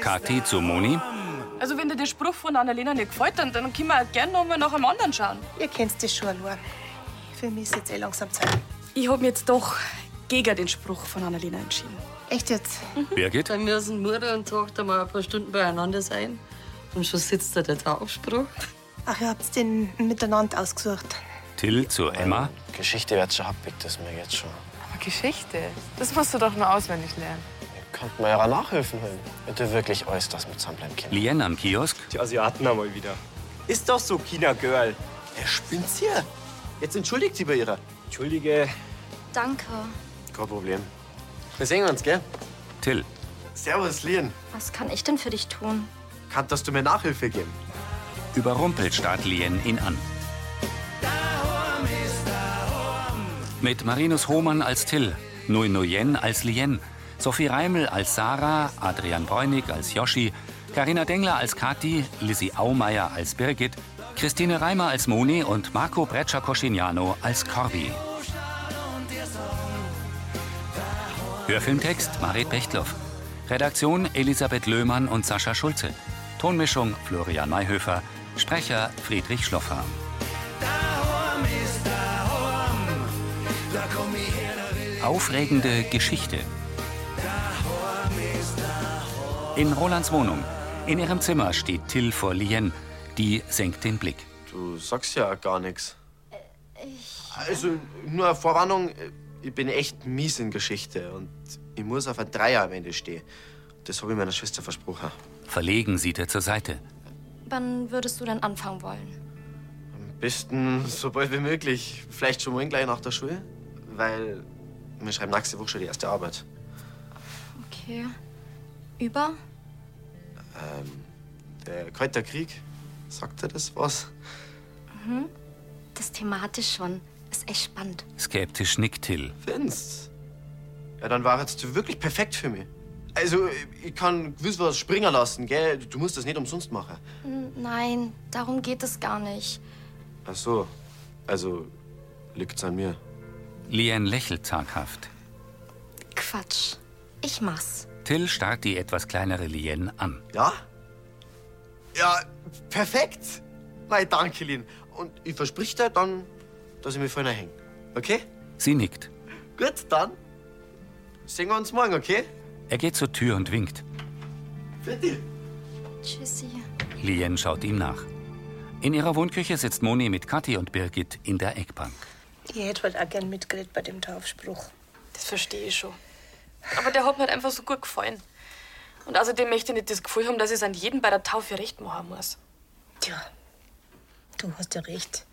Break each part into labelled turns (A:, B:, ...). A: Kathi zu Moni.
B: Also wenn dir der Spruch von Annalena nicht gefällt, dann, dann können wir auch gerne nochmal nach einem anderen schauen.
C: Ihr kennt das schon, Lor. Für mich ist jetzt eh langsam Zeit.
B: Ich habe mich jetzt doch gegen den Spruch von Annalena entschieden.
C: Echt jetzt?
A: Birgit,
D: Dann müssen Mutter und Tochter mal ein paar Stunden beieinander sein. Und schon sitzt da der Taubspruch.
C: Ach, ihr habt's den miteinander ausgesucht.
A: Till zu
E: Ah?
A: Emma.
F: Geschichte wird schon happig, das mir jetzt schon.
G: Aber Geschichte, das musst du doch nur auswendig lernen.
F: Könnte man ja auch nachhelfen holen. Bitte wirklich alles, dass wir zusammenbleiben können.
A: Lien am Kiosk.
H: Die Asiaten einmal wieder. Ist doch so, China-Girl.
E: Er spinnt's hier. Jetzt entschuldigt sie bei ihrer.
H: Entschuldige.
I: Danke.
F: Kein Problem. Wir sehen uns, gell?
A: Till,
E: Servus, Lien.
I: Was kann ich denn für dich tun?
E: Kannst du mir Nachhilfe geben?
A: überrumpelt starrt Lien ihn an. Mit Marinus Hohmann als Till, Nui Nguyen als Lien, Sophie Reimel als Sarah, Adrian Bräunig als Joschi, Karina Dengler als Kathi, Lissy Aumeier als Birgit, Christine Reimer als Moni und Marco Breccia-Coscignano als Corby. Hörfilmtext Marit Bechtloff. Redaktion Elisabeth Löhmann und Sascha Schulze. Tonmischung Florian Mayhöfer. Sprecher Friedrich Schloffer. Aufregende Geschichte. In Rolands Wohnung. In ihrem Zimmer steht Till vor Lien. Die senkt den Blick.
E: Du sagst ja auch gar nichts. Also, nur eine Vorwarnung. Ich bin echt mies in Geschichte und ich muss auf ein Dreier am Ende stehen. Das habe ich meiner Schwester versprochen.
A: Verlegen sieht er zur Seite.
I: Wann würdest du denn anfangen wollen?
E: Am besten so bald wie möglich. Vielleicht schon morgen gleich nach der Schule, weil wir schreiben nächste Woche schon die erste Arbeit.
I: Okay. Über?
E: Der Kalte Krieg, sagt dir das was?
I: Das thematisch schon. Ist echt spannend.
A: Skeptisch nickt Till.
E: Findest Ja, dann war jetzt wirklich perfekt für mich. Also, ich kann gewiss was springen lassen, gell? Du musst das nicht umsonst machen.
I: N- Nein, darum geht es gar nicht.
E: Ach so, also liegt's an mir.
A: Lien lächelt zaghaft.
I: Quatsch. Ich mach's.
A: Till starrt die etwas kleinere Lien an.
E: Ja? Ja, perfekt. Nein, danke, Lin. Und ich versprich dir dann, dass ich mich vorne hänge. Okay?
A: Sie nickt.
E: Gut, dann sehen wir uns morgen, okay?
A: Er geht zur Tür und winkt.
E: Bitte.
I: Tschüssi.
A: Lien schaut ihm nach. In ihrer Wohnküche sitzt Moni mit Kathi und Birgit in der Eckbank.
C: Ich hätte halt auch gern mitgeredet bei dem Taufspruch.
B: Das verstehe ich schon. Aber der hat mir halt einfach so gut gefallen. Und außerdem möchte ich nicht das Gefühl haben, dass ich es an jeden bei der Taufe recht machen muss.
C: Tja, du hast ja recht.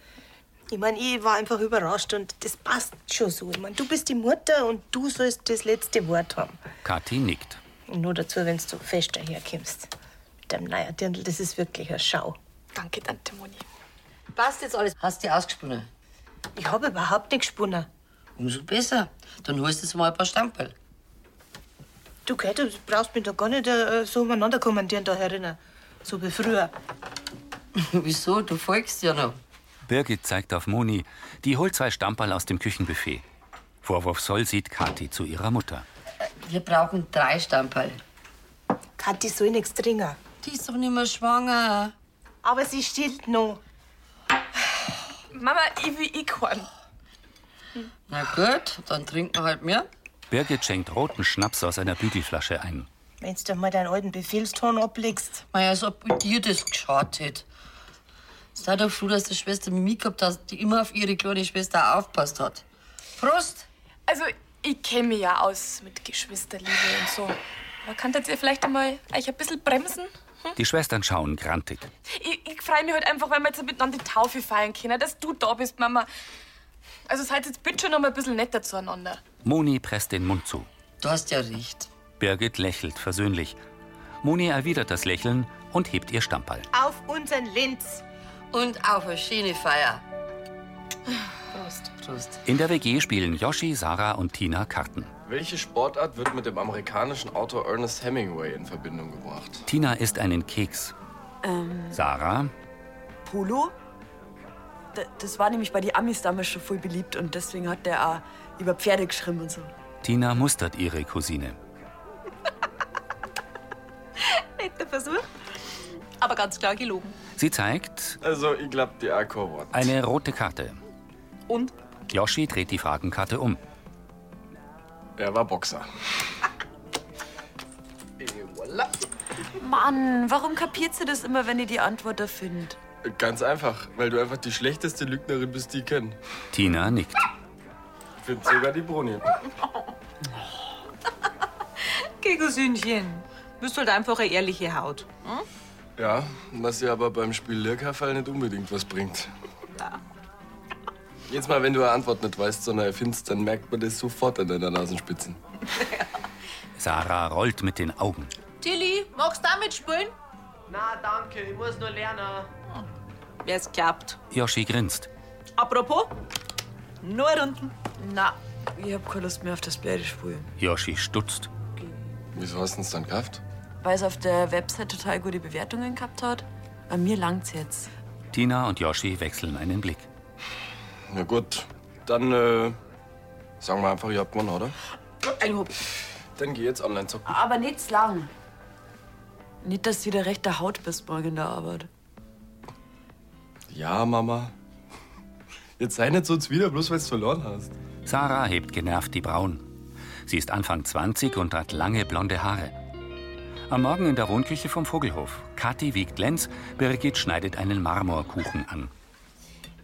C: Ich meine, ich war einfach überrascht und das passt schon so. Ich meine, du bist die Mutter und du sollst das letzte Wort haben.
A: Kathi nickt.
C: Nur dazu, wenn du fest daherkommst. Mit deinem neuen Dirndl, das ist wirklich eine Schau.
B: Danke, Tante Moni.
D: Passt jetzt alles. Hast du ausgesponnen?
C: Ich habe überhaupt nicht gesponnen.
D: Umso besser. Dann holst du jetzt mal ein paar Stempel.
C: Du, gell, du brauchst mich da gar nicht äh, so umeinander kommandieren da herinnen. So wie früher.
D: Wieso? Du folgst ja noch.
A: Birgit zeigt auf Moni. Die holt zwei Stamperl aus dem Küchenbuffet. Vorwurfsvoll sieht Kathi zu ihrer Mutter.
D: Wir brauchen drei Stamperl.
C: Kathi soll nichts trinken.
D: Die ist doch nicht mehr schwanger.
C: Aber sie stillt noch.
B: Mama, ich will eh keinen.
D: Na gut, dann trinken wir halt mehr.
A: Birgit schenkt roten Schnaps aus einer Bügelflasche ein.
C: Wenn du mal deinen alten Befehlston ablegst.
D: Mei, als ob ich dir das geschaut hätte. Sei doch froh, dass die Schwester Mimi gehabt hat, die immer auf ihre kleine Schwester aufpasst hat. Prost!
B: Also, ich kenne mich ja aus mit Geschwisterliebe und so. Aber könntet ihr vielleicht einmal euch ein bisschen bremsen?
A: Die Schwestern schauen grantig.
B: Ich, ich freue mich heute einfach, weil wir jetzt miteinander die Taufe feiern können, dass du da bist, Mama. Also seid jetzt bitte schon noch mal ein bisschen netter zueinander.
A: Moni presst den Mund zu.
D: Du hast ja recht.
A: Birgit lächelt versöhnlich. Moni erwidert das Lächeln und hebt ihr Stamperl.
C: Auf unseren Linz.
D: Und auf eine schöne Feier.
B: Prost.
D: Prost.
A: In der WG spielen Yoshi, Sarah und Tina Karten.
J: Welche Sportart wird mit dem amerikanischen Autor Ernest Hemingway in Verbindung gebracht?
A: Tina isst einen Keks.
K: Ähm.
A: Sarah,
L: Polo? D das war nämlich bei den Amis damals schon voll beliebt und deswegen hat der auch über Pferde geschrieben und so.
A: Tina mustert ihre Cousine.
K: Netter Versuch. Aber ganz klar gelogen.
A: Sie zeigt
J: Also, ich glaube, die Akkord.
A: eine rote Karte.
K: Und?
A: Yoshi dreht die Fragenkarte um.
J: Er war Boxer.
L: Äh, Mann, warum kapiert sie das immer, wenn ihr die Antwort erfindet?
J: Ganz einfach, weil du einfach die schlechteste Lügnerin bist, die ich kenne.
A: Tina nickt.
J: Find sogar die Bruni.
K: Gegosündchen. Bist halt einfach eine ehrliche Haut. Hm?
J: Ja, was dir aber beim Spiel Lirkerfall nicht unbedingt was bringt. Jetzt mal, wenn du eine Antwort nicht weißt, sondern erfindest, dann merkt man das sofort an deiner Nasenspitzen.
A: Sarah rollt mit den Augen.
K: Tilly, magst du auch mitspielen?
E: Na, danke, ich muss nur lernen.
K: Hm. Wär's klappt.
A: Yoshi grinst.
K: Apropos, nur Runden.
L: Na, ich hab keine Lust mehr auf das blöde Spiel.
A: Yoshi stutzt.
J: Wieso hast du es dann gehabt?
L: Weil es auf der Website total gute Bewertungen gehabt hat. An mir langt's jetzt.
A: Tina und Yoshi wechseln einen Blick.
J: Na gut, dann äh, sagen wir einfach, ihr habt gewonnen, oder?
L: Ein Hub.
J: Dann geh jetzt online zocken.
L: Aber nichts lang. Nicht, dass du wieder rechter Haut bist morgen in der Arbeit.
J: Ja, Mama. Jetzt sei nicht so wieder, bloß weil du verloren hast.
A: Sarah hebt genervt die Brauen. Sie ist Anfang 20 und hat lange blonde Haare. Am Morgen in der Wohnküche vom Vogelhof. Kathi wiegt Lenz, Birgit schneidet einen Marmorkuchen an.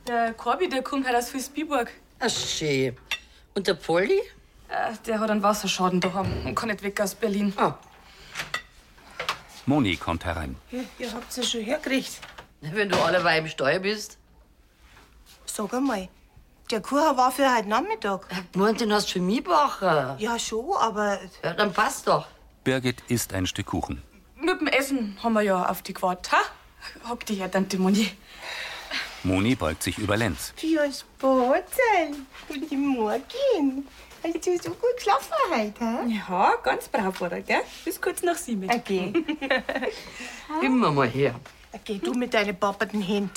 B: Der Corby, der kommt halt aus Vilsbiburg.
D: Ach, Ah, schön. Und der Polly?
B: Äh, der hat einen Wasserschaden daheim und kann nicht weg aus Berlin.
A: Moni kommt herein.
C: Ihr habt's ja schon hergekriegt.
D: Wenn du alle im Steuer bist.
C: Sag einmal, der Kuchen war für heute Nachmittag.
D: Moment, Äh, den hast du für mich gebacken.
C: Ja, schon, aber.
D: Ja, dann passt doch.
A: Birgit isst ein Stück Kuchen.
B: Mit dem Essen haben wir ja auf die gewartet, ha? Hock dich her, Tante Moni.
A: Moni beugt sich über Lenz.
B: Ja,
C: Bozen, guten Morgen. Hast du so gut geschlafen heute? He?
K: Ja, ganz brav war er, gell? Bis kurz nach sieben.
C: Okay.
D: Hm? Immer mal her.
C: Geh du mit deinen papperten Händen.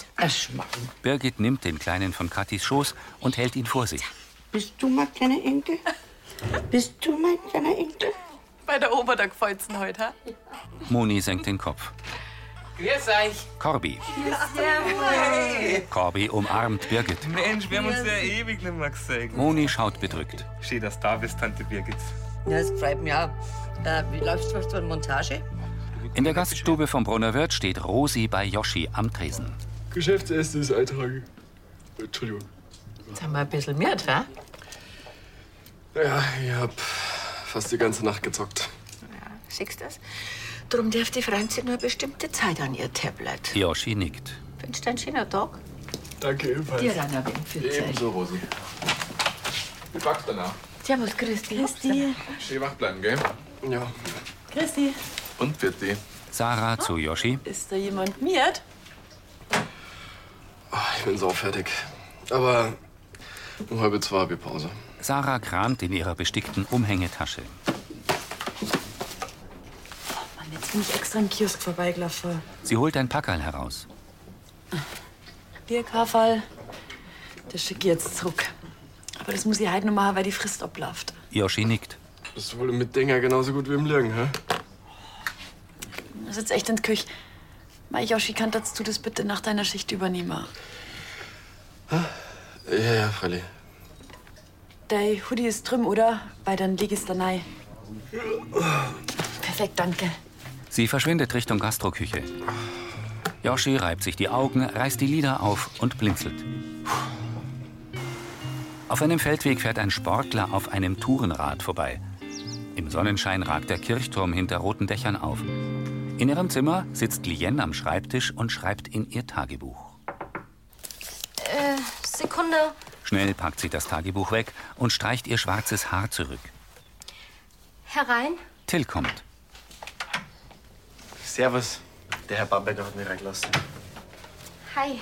A: Birgit nimmt den Kleinen von Kathis Schoß und hält ihn vor sich.
M: Bist du mein kleiner Enkel? Bist du mein kleiner Enkel?
B: Bei der Oma da gefällt's ihn heute, ha?
A: Moni senkt den Kopf.
N: Grüß euch.
A: Corby.
N: Hey.
A: Corby umarmt Birgit.
N: Mensch, wir haben uns ja ewig nicht mehr gesehen.
A: Moni schaut bedrückt.
N: Schön, dass du da bist, Tante Birgit.
D: Ja, das freut mich auch. Äh, wie läuft's was von Montage?
A: In der Gaststube vom Brunner Wirt steht Rosi bei Yoshi am Tresen.
J: Geschäftsessen ist eintragen. Äh, Entschuldigung.
D: Jetzt haben wir ein bisschen mehr dran.
J: Ja, ich hab fast die ganze Nacht gezockt.
M: Siehst du das? Darum darf die Franzi nur eine bestimmte Zeit an ihr Tablet.
A: Yoshi nickt.
M: Wünscht einen schönen Tag.
J: Danke ebenfalls.
M: Dir
O: Also,
M: dann ein wenig für
O: äh,
M: Zeit.
J: Ebenso, Rosi. Wie backst danach?
M: Servus, grüß dich. Grüß dich.
J: Schön wach bleiben, gell? Ja.
L: Grüß dich.
J: Und wird die?
A: Sarah zu Yoshi.
L: Ist da jemand miert?
J: Ich bin saufertig. Aber um halb zwei habe ich Pause.
A: Sarah kramt in ihrer bestickten Umhängetasche.
L: Oh Mann, jetzt bin ich extra im Kiosk vorbeigelaufen.
A: Sie holt ein Packerl heraus.
L: Bierkafall, das schicke ich jetzt zurück. Aber das muss ich heute noch machen, weil die Frist abläuft.
A: Yoshi nickt.
J: Bist du wohl mit Dinger genauso gut wie im Lirgen, hä?
L: Ich sitze echt in der Küche. Mai Yoshi, kannst du das bitte nach deiner Schicht übernehmen?
J: Ja, ja, Freddy.
L: Dein Hoodie ist drin, oder? Weil dann leg ich's da rein. Perfekt, danke.
A: Sie verschwindet Richtung Gastroküche. Yoshi reibt sich die Augen, reißt die Lider auf und blinzelt. Auf einem Feldweg fährt ein Sportler auf einem Tourenrad vorbei. Im Sonnenschein ragt der Kirchturm hinter roten Dächern auf. In ihrem Zimmer sitzt Lien am Schreibtisch und schreibt in ihr Tagebuch.
I: Äh, Sekunde.
A: Schnell packt sie das Tagebuch weg und streicht ihr schwarzes Haar zurück.
I: Herein.
A: Till kommt.
E: Servus. Der Herr Bamberger hat mich reingelassen.
I: Hi.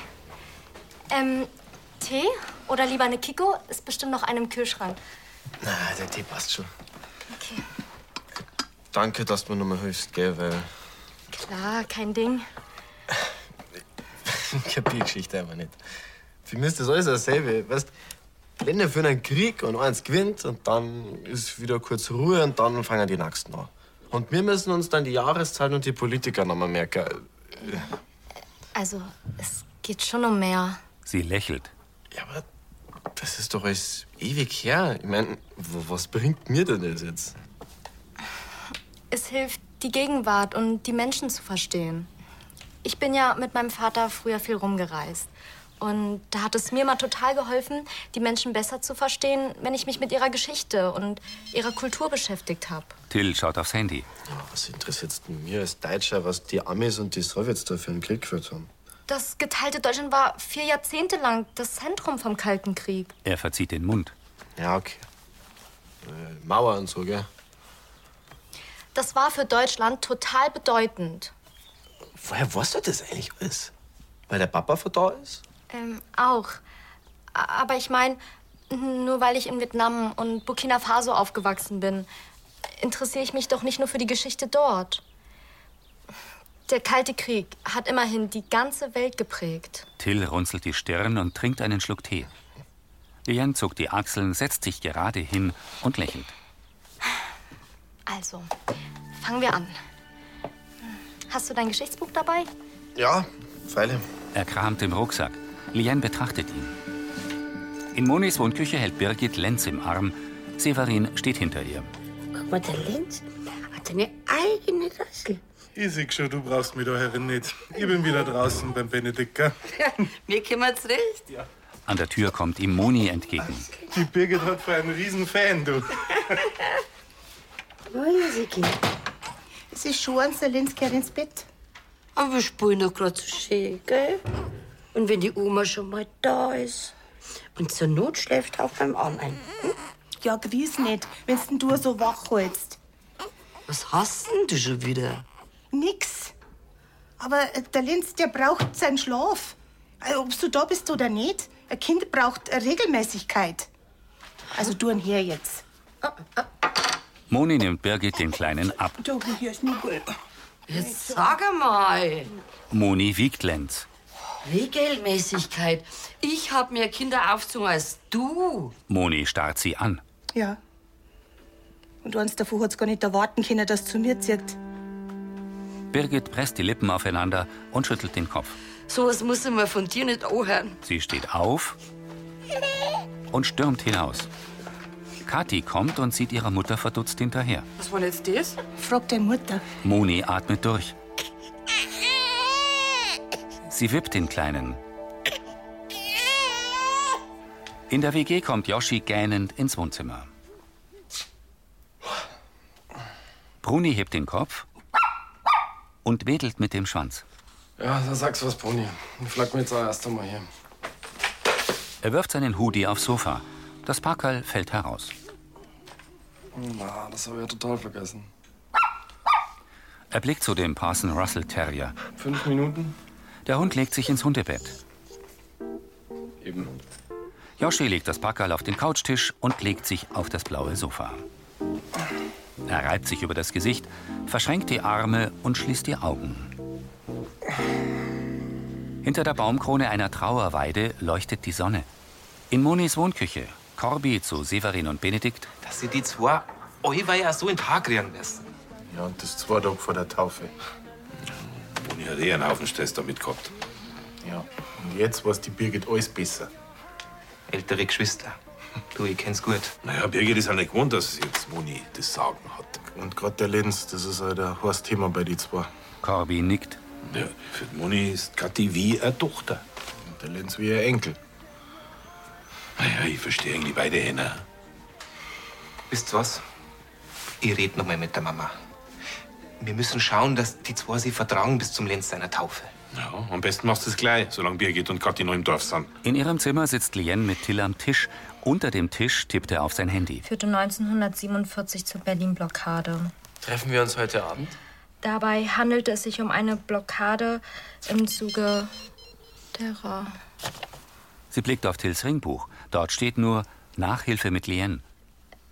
I: Ähm, Tee oder lieber eine Kiko? Ist bestimmt noch einem Kühlschrank.
E: Na, der Tee passt schon. Danke, dass du mir nochmal hilfst, gell, weil
I: Klar, kein Ding.
E: ich hab die Geschichte einfach nicht. Für mich ist das alles dasselbe. Weißt, Länder führen einen Krieg und eins gewinnt und dann ist wieder kurz Ruhe und dann fangen die Nächsten an. Und wir müssen uns dann die Jahreszahlen und die Politiker nochmal merken.
I: Also, es geht schon um mehr.
A: Sie lächelt.
E: Ja, aber das ist doch alles ewig her. Ich meine, was bringt mir denn das jetzt?
I: Es hilft, die Gegenwart und die Menschen zu verstehen. Ich bin ja mit meinem Vater früher viel rumgereist. Und da hat es mir mal total geholfen, die Menschen besser zu verstehen, wenn ich mich mit ihrer Geschichte und ihrer Kultur beschäftigt habe.
A: Till schaut aufs Handy.
E: Ja, was interessiert denn mir als Deutscher, was die Amis und die Sowjets da für einen Krieg geführt haben?
I: Das geteilte Deutschland war vier Jahrzehnte lang das Zentrum vom Kalten Krieg.
A: Er verzieht den Mund.
E: Ja, okay. Äh, Mauer und so, gell?
I: Das war für Deutschland total bedeutend.
E: Woher weißt du das eigentlich alles? Weil der Papa von da ist?
I: Ähm, auch. A- Aber ich meine, nur weil ich in Vietnam und Burkina Faso aufgewachsen bin, interessiere ich mich doch nicht nur für die Geschichte dort. Der Kalte Krieg hat immerhin die ganze Welt geprägt.
A: Till runzelt die Stirn und trinkt einen Schluck Tee. Jan zuckt die Achseln, setzt sich gerade hin und lächelt.
I: Also, fangen wir an. Hast du dein Geschichtsbuch dabei?
E: Ja, Pfeile.
A: Er kramt im Rucksack. Lien betrachtet ihn. In Monis Wohnküche hält Birgit Lenz im Arm. Severin steht hinter ihr.
O: Guck mal, der Lenz hat seine eigene Rassel.
P: Ich seh schon, du brauchst mich da herin nicht. Ich bin wieder draußen beim Benedikt, gell?
D: Mir kümmert's recht.
A: An der Tür kommt ihm Moni entgegen.
P: Die Birgit hat für einen riesen Fan, du.
O: Oh Wunderkind.
C: Es ist schon eins, der Lenz gehört ins Bett.
O: Aber wir spielen doch grad so schön, gell? Und wenn die Oma schon mal da ist und zur Not schläft auch beim Arm ein.
C: Ja, gewiss nicht, wenn's denn du so wach holst.
D: Was hast denn du schon wieder?
C: Nix. Aber äh, der Lenz, der braucht seinen Schlaf. Äh, Ob du da bist oder nicht, ein Kind braucht äh, Regelmäßigkeit. Also du und her jetzt.
A: Moni nimmt Birgit den Kleinen ab.
C: Du, hier ist Nicole.
D: Jetzt sag mal.
A: Moni wiegt Lenz.
D: Regelmäßigkeit. Ich hab mehr Kinder aufgezogen als du.
A: Moni starrt sie an.
C: Ja. Und eins davon hat's gar nicht erwarten können, dass zu mir zieht.
A: Birgit presst die Lippen aufeinander und schüttelt den Kopf.
D: Sowas muss ich mir von dir nicht anhören.
A: Sie steht auf und stürmt hinaus. Kathi kommt und sieht ihrer Mutter verdutzt hinterher.
C: Was war jetzt das? Frag deine Mutter.
A: Moni atmet durch. Sie wippt den Kleinen. In der WG kommt Yoshi gähnend ins Wohnzimmer. Bruni hebt den Kopf und wedelt mit dem Schwanz.
J: Ja, da sagst du was, Bruni. Ich flag mir jetzt auch erst einmal hier.
A: Er wirft seinen Hoodie aufs Sofa. Das Packerl fällt heraus.
J: Na, das habe ich ja total vergessen.
A: Er blickt zu dem Parson Russell Terrier.
J: Fünf Minuten?
A: Der Hund legt sich ins Hundebett.
J: Eben.
A: Yoshi legt das Packerl auf den Couchtisch und legt sich auf das blaue Sofa. Er reibt sich über das Gesicht, verschränkt die Arme und schließt die Augen. Hinter der Baumkrone einer Trauerweide leuchtet die Sonne. In Monis Wohnküche, Corby zu Severin und Benedikt.
Q: Dass sie die zwei allweil so in den Tag rennen lassen.
R: Ja, und das zwei Tage vor der Taufe.
S: Und ich hatte eh einen Haufen Stress damit gehabt.
R: Ja. Und jetzt weiß die Birgit alles besser.
Q: Ältere Geschwister. Du, ich kenn's gut.
S: Naja, Birgit ist ja nicht gewohnt, dass jetzt Moni das Sagen hat.
R: Und gerade der Lenz, das ist halt ein heißes Thema bei die zwei.
A: Corby nickt.
S: Ja, für die Moni ist Kathi wie eine Tochter.
R: Und der Lenz wie ein Enkel.
S: Naja, ich verstehe eigentlich beide Hände.
Q: Wisst ihr was? Ich red noch mal mit der Mama. Wir müssen schauen, dass die zwei sich vertragen bis zum Lenz seiner Taufe.
S: Ja, am besten machst du es gleich, solange Birgit und Kathi noch im Dorf sind.
A: In ihrem Zimmer sitzt Lien mit Till am Tisch. Unter dem Tisch tippt er auf sein Handy.
I: Führte 1947 zur Berlin-Blockade.
E: Treffen wir uns heute Abend?
I: Dabei handelte es sich um eine Blockade im Zuge derer.
A: Sie blickt auf Tills Ringbuch. Dort steht nur Nachhilfe mit Lien.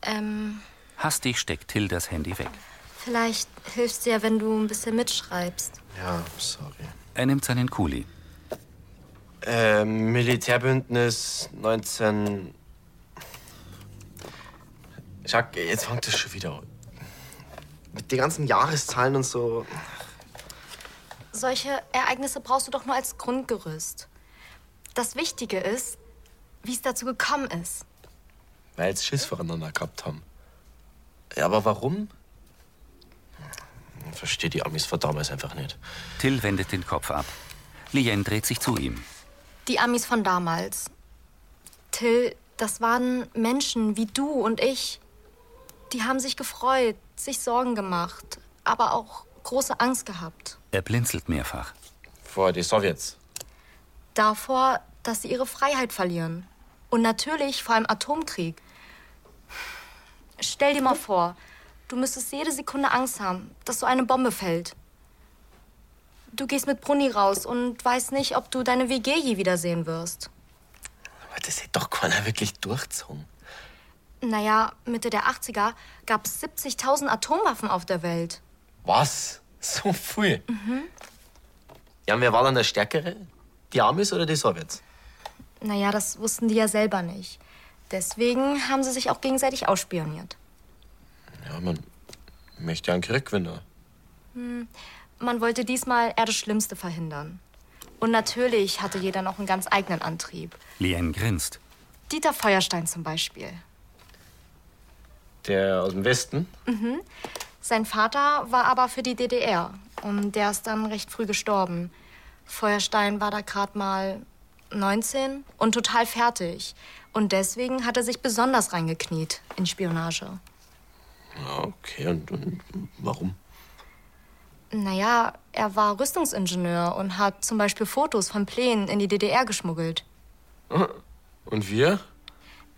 I: Ähm,
A: Hastig steckt Till das Handy weg.
I: vielleicht hilfst dir ja, wenn du ein bisschen mitschreibst.
E: Ja, sorry.
A: Er nimmt seinen Kuli.
E: Ähm, Militärbündnis 19. Jacques, jetzt fängt das schon wieder an. die ganzen Jahreszahlen und so.
I: Solche Ereignisse brauchst du doch nur als Grundgerüst. Das Wichtige ist, wie es dazu gekommen ist.
E: Weil sie Schiss voreinander gehabt haben. Ja, aber warum? Ich verstehe die Amis von damals einfach nicht.
A: Till wendet den Kopf ab. Lien dreht sich zu ihm.
I: Die Amis von damals. Till, das waren Menschen wie du und ich. Die haben sich gefreut, sich Sorgen gemacht, aber auch große Angst gehabt.
A: Er blinzelt mehrfach.
E: Vor die Sowjets.
I: Davor, dass sie ihre Freiheit verlieren. Und natürlich vor allem Atomkrieg. Stell dir mal vor, du müsstest jede Sekunde Angst haben, dass so eine Bombe fällt. Du gehst mit Bruni raus und weißt nicht, ob du deine WG je wiedersehen wirst.
E: Aber das hätte doch keiner wirklich durchzogen.
I: Naja, Mitte der 80er gab es 70.000 Atomwaffen auf der Welt.
E: Was? So viel?
I: Mhm.
E: Ja, und wer war dann der Stärkere? Die Amis oder die Sowjets?
I: Naja, das wussten die ja selber nicht. Deswegen haben sie sich auch gegenseitig ausspioniert.
E: Ja, man möchte ja einen Krieg gewinnen.
I: Hm, man wollte diesmal eher das Schlimmste verhindern. Und natürlich hatte jeder noch einen ganz eigenen Antrieb.
A: Lien grinst.
I: Dieter Feuerstein zum Beispiel.
E: Der aus dem Westen?
I: Mhm. Sein Vater war aber für die DDR und der ist dann recht früh gestorben. Feuerstein war da gerade mal 19 und total fertig. Und deswegen hat er sich besonders reingekniet in Spionage.
E: Ja, okay, und, und warum?
I: Naja, er war Rüstungsingenieur und hat zum Beispiel Fotos von Plänen in die DDR geschmuggelt.
E: Und wir?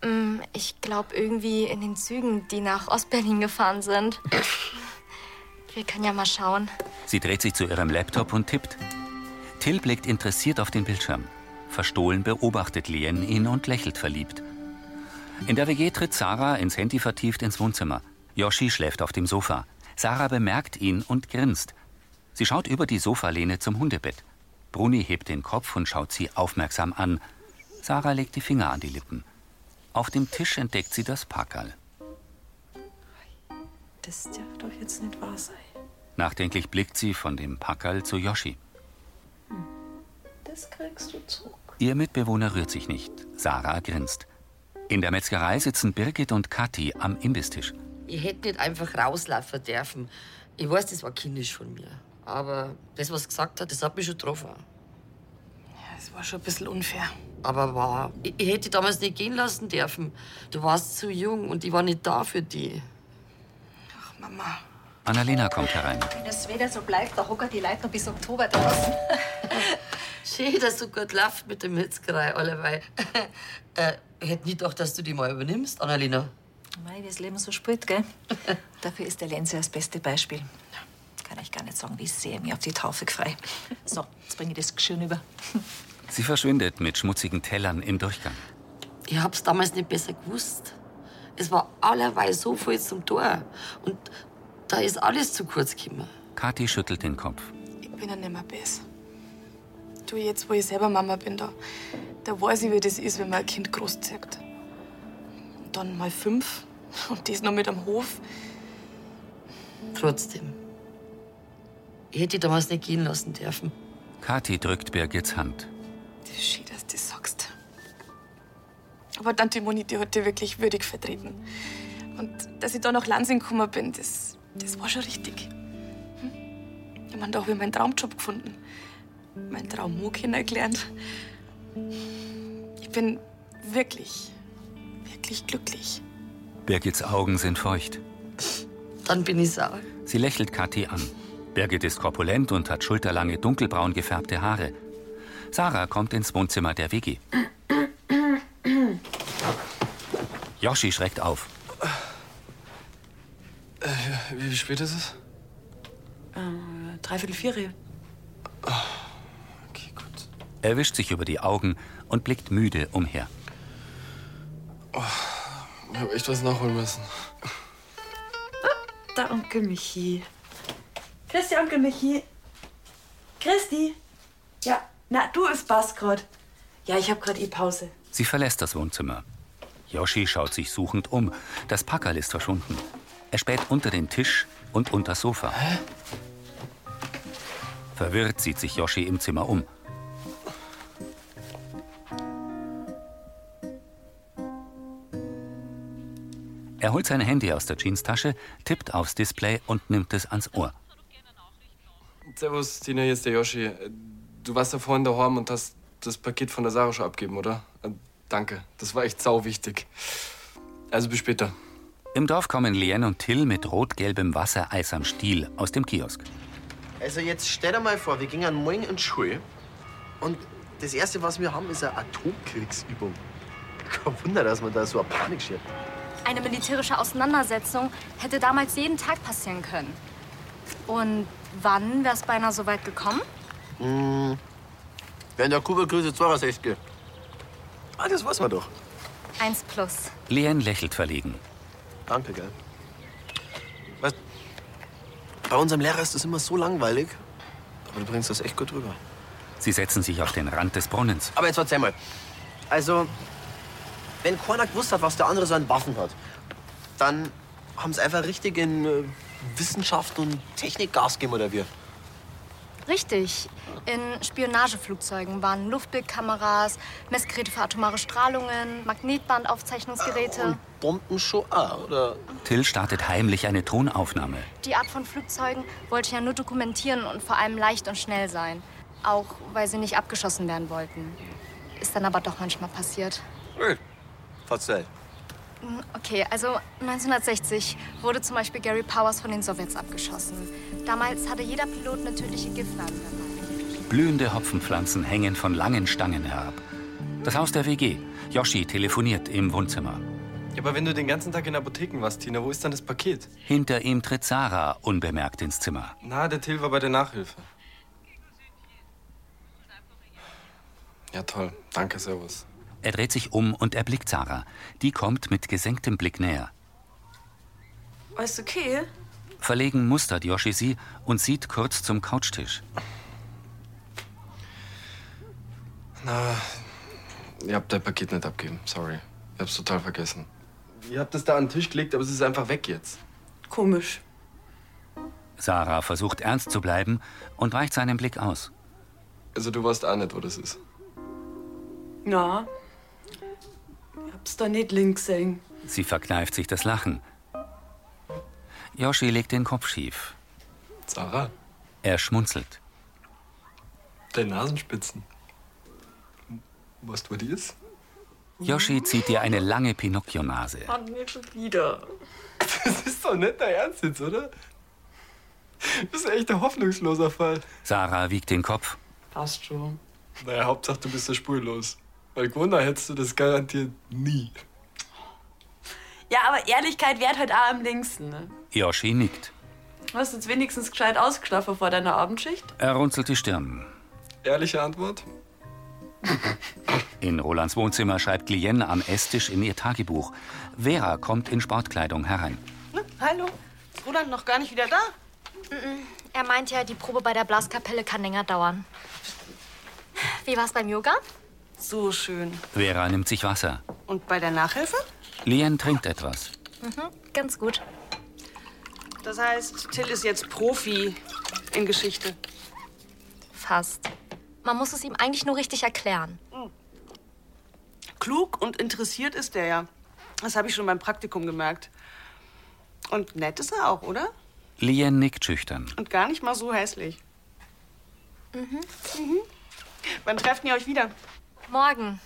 I: Mm, Ich glaube irgendwie in den Zügen, die nach Ostberlin gefahren sind. Wir können ja mal schauen.
A: Sie dreht sich zu ihrem Laptop und tippt. Till blickt interessiert auf den Bildschirm. Verstohlen beobachtet Lien ihn und lächelt verliebt. In der WG tritt Sarah ins Handy vertieft ins Wohnzimmer. Yoshi schläft auf dem Sofa. Sarah bemerkt ihn und grinst. Sie schaut über die Sofalehne zum Hundebett. Bruni hebt den Kopf und schaut sie aufmerksam an. Sarah legt die Finger an die Lippen. Auf dem Tisch entdeckt sie das Packerl.
L: Das darf doch jetzt nicht wahr sein.
A: Nachdenklich blickt sie von dem Packerl zu Yoshi.
L: Das kriegst du zurück.
A: Ihr Mitbewohner rührt sich nicht. Sarah grinst. In der Metzgerei sitzen Birgit und Kathi am Imbistisch.
D: Ich hätte nicht einfach rauslaufen dürfen. Ich weiß, das war kindisch von mir. Aber das, was er gesagt hat, das hat mich schon getroffen.
B: Ja, es war schon ein bisschen unfair.
D: Aber war. Ich, ich hätte damals nicht gehen lassen dürfen. Du warst zu jung und ich war nicht da für die.
B: Ach, Mama.
A: Annalena kommt herein.
T: Wenn es wieder so bleibt, da hocken die Leute noch bis Oktober draußen.
D: Schön, dass du gut läuft mit der Metzgerei, allerweil. äh, ich hätte nicht gedacht, dass du die mal übernimmst, Annalena.
T: Mei, wie das Leben so spielt, gell? Dafür ist der Lenz ja das beste Beispiel. Kann ich gar nicht sagen, wie sehr mir auf die Taufe frei. So, jetzt bringe ich das schön über.
A: Sie verschwindet mit schmutzigen Tellern im Durchgang.
D: Ich hab's damals nicht besser gewusst. Es war allerweil so viel zum Tor. Und da ist alles zu kurz gekommen.
A: Kathi schüttelt den Kopf.
B: Ich bin ja nicht mehr besser. Du, jetzt, wo ich selber Mama bin, da, da weiß ich, wie das ist, wenn man ein Kind großzieht. Und dann mal fünf und das noch mit am Hof.
D: Trotzdem. Ich hätte dich damals nicht gehen lassen dürfen.
A: Kathi drückt Birgits Hand.
B: Das ist schön, dass du das sagst. Aber Tante Moni, die hat dich wirklich würdig vertreten. Und dass ich da nach Lansing gekommen bin, das, das war schon richtig. Hm? Ich meine, da habe ich meinen Traumjob gefunden. Mein Traum kennengelernt. Ich bin wirklich, wirklich glücklich.
A: Birgits Augen sind feucht.
D: Dann bin ich sauer.
A: Sie lächelt Kathi an. Birgit ist korpulent und hat schulterlange, dunkelbraun gefärbte Haare. Sarah kommt ins Wohnzimmer der WG. Yoshi schreckt auf.
J: Wie spät ist es?
L: Äh, dreiviertel vier.
J: Ah,
A: Er wischt sich über die Augen und blickt müde umher.
J: Ich hab echt was nachholen müssen.
L: Der Onkel Michi. Christi, Onkel Michi. Christi. Ja, na, du, es passt grad. Ja, ich hab grad eh Pause.
A: Sie verlässt das Wohnzimmer. Yoshi schaut sich suchend um. Das Packerl ist verschwunden. Er späht unter den Tisch, und unters Sofa. Verwirrt sieht sich Joschi im Zimmer um. Er holt sein Handy aus der Jeanstasche, tippt aufs Display und nimmt es ans Ohr.
J: Servus, Tina, hier ist der Yoshi. Du warst ja vorhin daheim und hast das Paket von der Sarah schon abgeben, oder? Äh, Danke, das war echt sau wichtig. Also bis später.
A: Im Dorf kommen Lien und Till mit rot-gelbem Wassereis am Stiel aus dem Kiosk.
E: Also jetzt stell dir mal vor, wir gingen morgen in die Schule und das Erste, was wir haben, ist eine Atomkriegsübung. Kein Wunder, dass man da so eine Panik schiebt.
I: Eine militärische Auseinandersetzung hätte damals jeden Tag passieren können. Und wann wäre es beinahe so weit gekommen?
E: Mmh. Während der Kugelgröße 62 geht. Ah, das weiß man doch.
I: Eins plus.
A: Lien lächelt verlegen.
E: Danke, gell. Weißt, bei unserem Lehrer ist es immer so langweilig, aber du bringst das echt gut rüber.
A: Sie setzen sich auf den Rand des Brunnens.
E: Aber jetzt erzähl mal. Also, wenn keiner gewusst hat, was der andere so an Waffen hat, dann haben sie einfach richtig in äh, Wissenschaft und Technik Gas gegeben, oder wir.
I: Richtig. In Spionageflugzeugen waren Luftbildkameras, Messgeräte für atomare Strahlungen, Magnetbandaufzeichnungsgeräte.
E: Bomben schon auch, oder?
A: Till startet heimlich eine Tonaufnahme.
I: Die Art von Flugzeugen wollte ja nur dokumentieren und vor allem leicht und schnell sein. Auch weil sie nicht abgeschossen werden wollten. Ist dann aber doch manchmal passiert.
E: Hey, Verzähl.
I: Hm, Okay, also 1960 wurde zum Beispiel Gary Powers von den Sowjets abgeschossen. Damals hatte jeder Pilot eine tödliche Giftladung dabei.
A: Blühende Hopfenpflanzen hängen von langen Stangen herab. Das Haus der WG. Yoshi telefoniert im Wohnzimmer.
J: Ja, aber wenn du den ganzen Tag in Apotheken warst, Tina, wo ist dann das Paket?
A: Hinter ihm tritt Sarah unbemerkt ins Zimmer.
J: Na, der Till war bei der Nachhilfe. Ja, toll. Danke, Servus.
A: Er dreht sich um und erblickt Sarah. Die kommt mit gesenktem Blick näher.
L: Alles okay?
A: Verlegen mustert Yoshi sie und sieht kurz zum Couchtisch.
J: Na, ihr habt dein Paket nicht abgegeben. Sorry. Ich hab's total vergessen. Ihr habt es da an den Tisch gelegt, aber es ist einfach weg jetzt.
L: Komisch.
A: Sarah versucht ernst zu bleiben und weicht seinen Blick aus.
J: Also du weißt auch nicht, wo das ist.
L: Na, ich hab's da nicht links sehen.
A: Sie verkneift sich das Lachen. Yoshi legt den Kopf schief.
J: Sarah?
A: Er schmunzelt.
J: Deine Nasenspitzen. Weißt du, wo die ist?
A: Yoshi zieht ihr eine lange Pinocchio-Nase.
L: Mann, mir schon wieder.
J: Das ist doch nicht dein Ernst jetzt, oder? Das ist echt ein hoffnungsloser Fall.
A: Sarah wiegt den Kopf.
L: Passt schon.
J: Naja, Hauptsache, du bist ja spurlos. Weil Gunnar hättest du das garantiert nie.
L: Ja, aber Ehrlichkeit wert halt auch am längsten. Ne?
A: Yoshi nickt.
L: Hast jetzt wenigstens gescheit ausgeschlafen vor deiner Abendschicht?
A: Er runzelt die Stirn.
J: Ehrliche Antwort?
A: In Rolands Wohnzimmer schreibt Lien am Esstisch in ihr Tagebuch. Vera kommt in Sportkleidung herein.
I: Ne? Hallo? Ist Roland noch gar nicht wieder da? Er meint ja, die Probe bei der Blaskapelle kann länger dauern. Wie war's beim Yoga?
U: So schön.
A: Vera nimmt sich Wasser.
U: Und bei der Nachhilfe?
A: Lien trinkt etwas.
U: Mhm,
I: ganz gut.
U: Das heißt, Till ist jetzt Profi in Geschichte.
I: Fast. Man muss es ihm eigentlich nur richtig erklären.
U: Klug und interessiert ist er ja. Das habe ich schon beim Praktikum gemerkt. Und nett ist er auch, oder?
A: Lien nickt schüchtern.
U: Und gar nicht mal so hässlich.
I: Mhm.
U: Mhm. Wann trefft ihr euch wieder?
I: Morgen.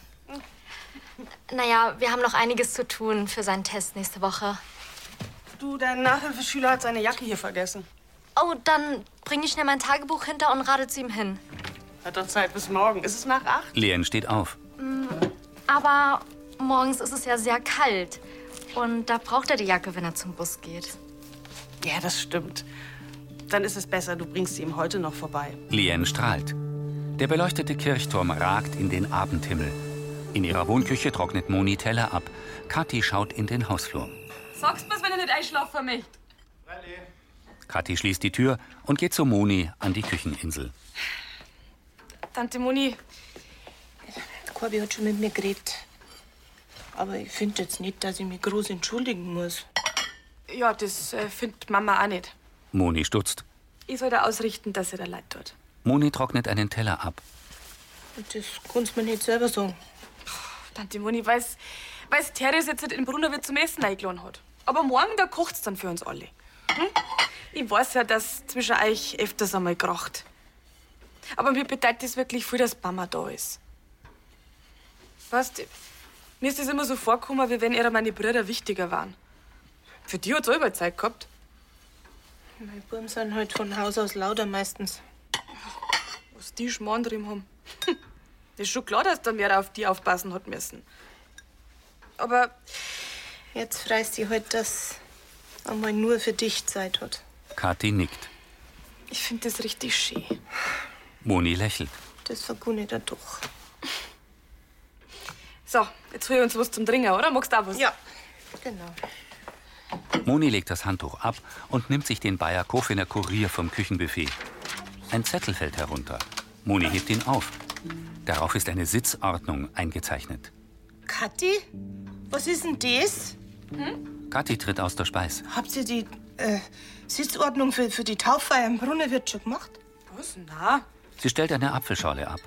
I: Naja, wir haben noch einiges zu tun für seinen Test nächste Woche.
U: Du, dein Nachhilfeschüler hat seine Jacke hier vergessen.
I: Oh, dann bring ich schnell mein Tagebuch hinter und radel zu ihm hin.
U: Hat doch Zeit bis morgen. Ist es nach acht?
A: Lien steht auf.
I: Mm, Aber morgens ist es ja sehr kalt. Und da braucht er die Jacke, wenn er zum Bus geht.
U: Ja, das stimmt. Dann ist es besser, du bringst sie ihm heute noch vorbei.
A: Lien strahlt. Der beleuchtete Kirchturm ragt in den Abendhimmel. In ihrer Wohnküche trocknet Moni Teller ab. Kathi schaut in den Hausflur.
V: Sagst mir's, wenn ich nicht einschlafen möchte?
A: Kathi schließt die Tür und geht zu Moni an die Kücheninsel.
B: Tante Moni,
M: Der Corby hat schon mit mir geredet. Aber ich finde jetzt nicht, dass ich mich groß entschuldigen muss.
B: ja, das äh, findet Mama auch nicht.
A: Moni stutzt.
B: Ich soll da ausrichten, dass ihr da leid tut.
A: Moni trocknet einen Teller ab.
B: Das kannst du mir nicht selber sagen. Tante Moni weiß, weiß Therese jetzt in Brunnerwirt zum Essen eingeladen hat. Aber morgen, da kocht's dann für uns alle. Hm? Ich weiß ja, dass zwischen euch öfters einmal kracht. Aber mir bedeutet es wirklich viel, dass Mama da ist. Weißt du, mir ist es immer so vorgekommen, wie wenn ihre meine Brüder wichtiger waren. Für die hat's überall Zeit gehabt.
C: Meine Buben sind halt von Haus aus lauter meistens.
B: Was die Schmarrn drin haben. Hm. Ist schon klar, dass da mehr auf die aufpassen hat müssen. Aber
C: jetzt freust du halt, dass einmal nur für dich Zeit hat.
A: Kathi nickt.
B: Ich finde das richtig schön.
A: Moni lächelt.
C: Das vergunne ich dir doch.
B: So, jetzt hol ich uns was zum Trinken, oder? Magst du auch was?
C: Ja, genau.
A: Moni legt das Handtuch ab und nimmt sich den Bayer Kofener Kurier vom Küchenbuffet. Ein Zettel fällt herunter. Moni hebt ihn auf. Darauf ist eine Sitzordnung eingezeichnet.
C: Kathi, was ist denn das? Hm?
A: Kathi tritt aus der Speis.
C: Habt ihr die äh, Sitzordnung für, für die Tauffeier im Brunnenwirt schon gemacht?
B: Was? Na?
A: Sie stellt eine Apfelschorle ab.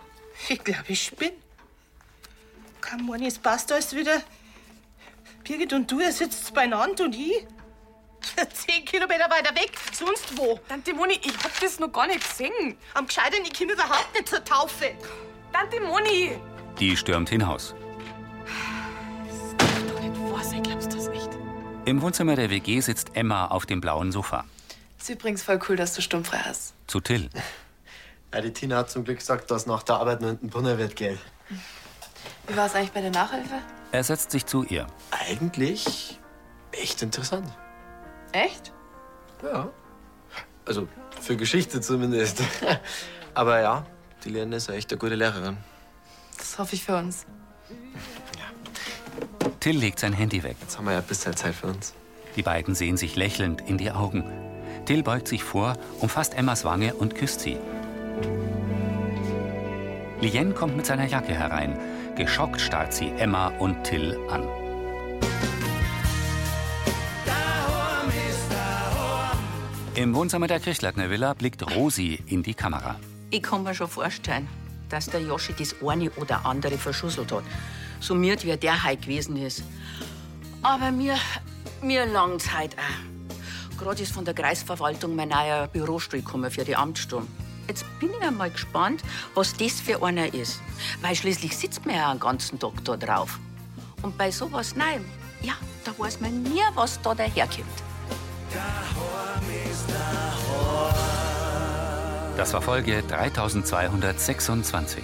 C: Ich glaube, ich bin. Komm, Moni, es passt alles wieder. Birgit und du, ihr sitzt beieinander und ich. Zehn Kilometer weiter weg, sonst wo.
B: Tante Moni, ich hab das noch gar nicht gesehen.
C: Am Gescheitern, ich komme überhaupt nicht zur Taufe.
B: Tante Moni!
A: Die stürmt hinaus.
B: Das darf doch nicht wahr sein, glaubst du das nicht?
A: Im Wohnzimmer der WG sitzt Emma auf dem blauen Sofa.
G: Ist übrigens voll cool, dass du sturmfrei hast.
A: Zu Till.
E: Ja, Äh, die Tina hat zum Glück gesagt, dass nach der Arbeit noch ein Brunner wird, gell?
G: Wie war es eigentlich bei der Nachhilfe?
A: Er setzt sich zu ihr.
E: Eigentlich echt interessant.
G: Echt?
E: Ja. Also für Geschichte zumindest. Aber ja, die Lena ist ja echt eine gute Lehrerin.
G: Das hoffe ich für uns.
A: Till legt sein Handy weg.
E: Jetzt haben wir ja ein bisschen Zeit für uns.
A: Die beiden sehen sich lächelnd in die Augen. Till beugt sich vor, umfasst Emmas Wange und küsst sie. Lien kommt mit seiner Jacke herein. Geschockt starrt sie Emma und Till an. Im Wohnzimmer der Kirchleitner Villa blickt Rosi in die Kamera.
H: Ich kann mir schon vorstellen, dass der Joschi das eine oder andere verschusselt hat. Summiert, wie der heute gewesen ist. Aber mir, mir langt's heute auch. Gerade ist von der Kreisverwaltung mein neuer Bürostuhl gekommen für die Amtsstunde. Jetzt bin ich einmal gespannt, was das für einer ist. Weil schließlich sitzt man ja den ganzen Tag da drauf. Und bei sowas nein, ja, da weiß man nie, was da daherkommt.
A: Das war Folge 3226.